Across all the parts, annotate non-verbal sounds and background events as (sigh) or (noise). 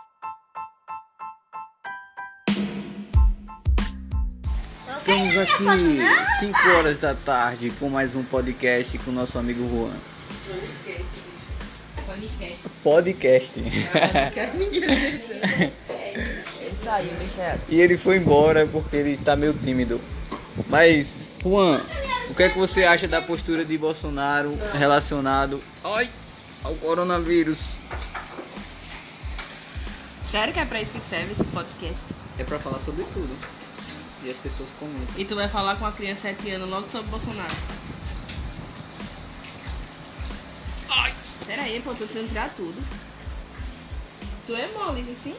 é tá Estamos aqui 5 horas da tarde com mais um podcast com nosso amigo Juan. Podcast. Podcast. É isso aí, Michel. e ele foi embora porque ele tá meio tímido. Mas, Juan, o que é que você acha da postura de Bolsonaro relacionado ai, ao coronavírus? Sério que é pra isso que serve esse podcast? É pra falar sobre tudo. E as pessoas comentam. E tu vai falar com uma criança de 7 anos logo sobre Bolsonaro. Ai! Pera aí, pô, tô tentando tirar tudo. Tu é mole, sim?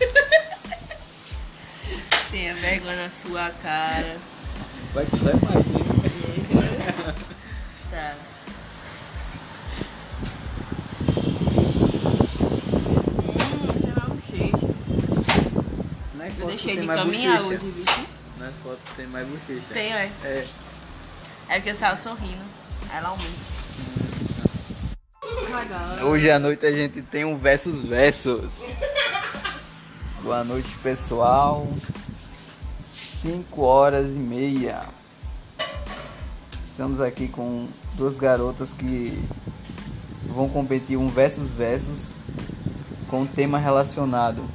(laughs) Tenha vergonha na sua cara. Vai que sai mais, né? Tá. Hum, será um cheiro. Nas Eu fotos deixei é tem de mais caminhar bochecha. hoje, viu? Nas fotos tem mais bochecha. Tem, é. É. É porque eu saio sorrindo. Ela aumenta. Legal. Hoje à noite a gente tem um versus versus. Boa noite, pessoal. 5 horas e meia. Estamos aqui com duas garotas que vão competir um versus versus com um tema relacionado.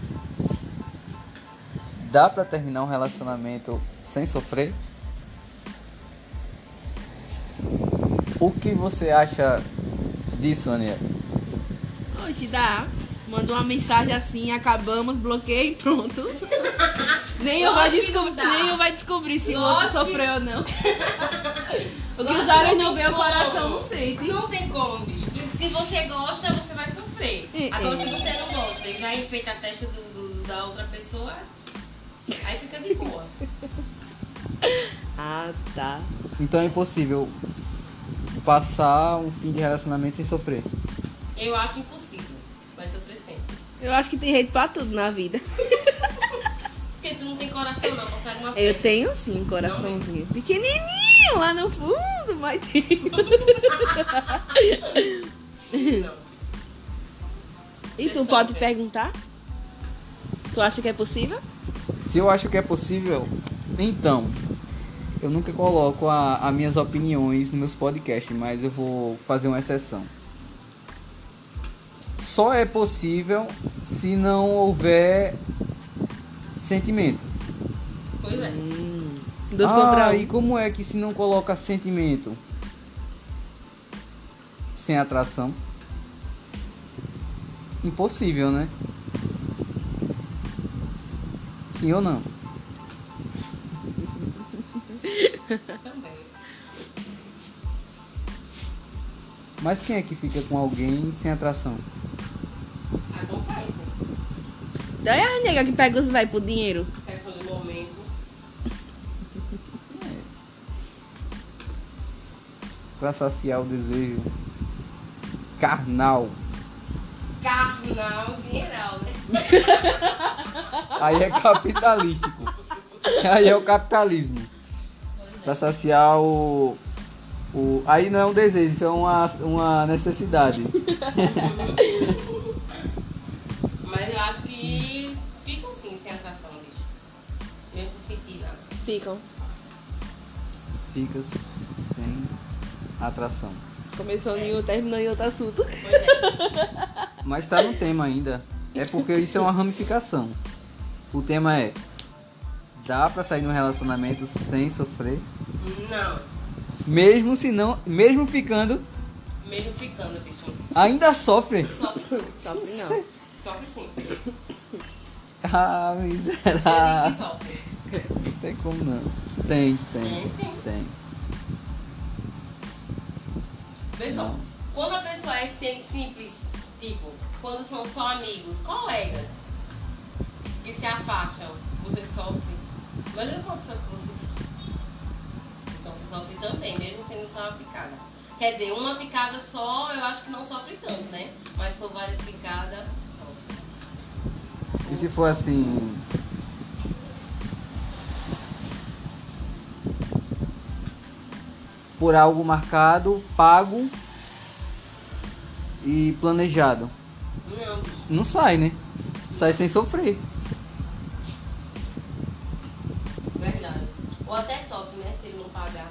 Dá pra terminar um relacionamento sem sofrer? O que você acha disso, Aniel? Hoje dá. Mandou uma mensagem assim, acabamos, bloqueei, pronto. Nem eu, vai Lógico que descobrir, não dá. nem eu vai descobrir se o outro Lógico que- sofreu ou (laughs) não. o que Lógico os olhos que não veem, o não. coração não sente. Não tem como, bicho. Se você gosta, você vai sofrer. É, Agora, é. se você não gosta e já enfeita a testa do, do- da outra pessoa, aí fica de boa. Ah, tá. Então é impossível passar um fim de relacionamento sem sofrer. Eu acho impossível. Vai sofrer sempre. Eu acho que tem jeito pra tudo na vida. Porque tu não tem coração, não. Não faz uma Eu coisa. tenho sim um coraçãozinho. Pequenininho lá no fundo, (laughs) mas tenho. Não. E tu Você pode sofre. perguntar? Tu acha que é possível? Se eu acho que é possível, então. Eu nunca coloco a- as minhas opiniões nos meus podcasts, mas eu vou fazer uma exceção. Só é possível se não houver sentimento. Pois é. Dos um. ah, contrários. E como é que se não coloca sentimento sem atração? Impossível, né? Sim ou não? Também. Mas quem é que fica com alguém sem atração? Acontece. Então é a nega que pega os vai pro dinheiro. É pelo momento. Pra saciar o desejo carnal. Carnal, dinheiral, né? (laughs) Aí é capitalístico. Aí é o capitalismo. Pra saciar o. o aí não é um desejo, isso é uma, uma necessidade. Mas eu acho que ficam sim sem atração, bicho. Eu não senti nada. Ficam. Fica sem atração. Começou em um, terminou em outro assunto. Pois é. Mas tá no tema ainda. É porque isso é uma ramificação. O tema é. Dá pra sair num relacionamento sem sofrer? Não. Mesmo se não. Mesmo ficando, Mesmo ficando, bicho. ainda sofre. Sofre sim. Top, não. Sofre sim. (laughs) Ah, Eu digo que miserável. sofre. Não tem como não. Tem, tem. Tem, tem. Tem. Vê só, Não. quando a pessoa é sim- simples, tipo, quando são só amigos, colegas, que se afastam, você sofre. Imagina quando pessoa que você fica. Então você sofre também, mesmo sendo só uma ficada. Quer dizer, uma ficada só, eu acho que não sofre tanto, né? Mas se for várias ficadas, sofre. E se for assim. Por algo marcado, pago e planejado. Não, bicho. Não sai, né? Sai sem sofrer. Ou até sofre, né? Se ele não pagar.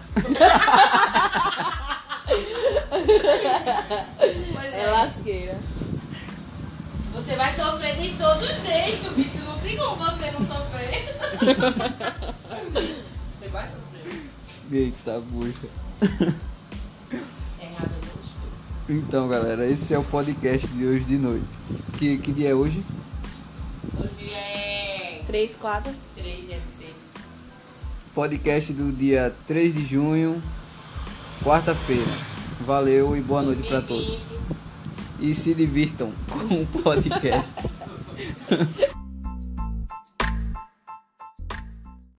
Pois é. É lasqueira. Você vai sofrer de todo jeito, bicho. Não tem como você não sofrer. (laughs) você vai sofrer. Eita, bucha. É Errado, né? não estou. Então, galera, esse é o podcast de hoje de noite. Que, que dia é hoje? Hoje é 3, 4. 3 de ABC. Podcast do dia 3 de junho, quarta-feira. Valeu e boa noite pra todos. E se divirtam com o podcast.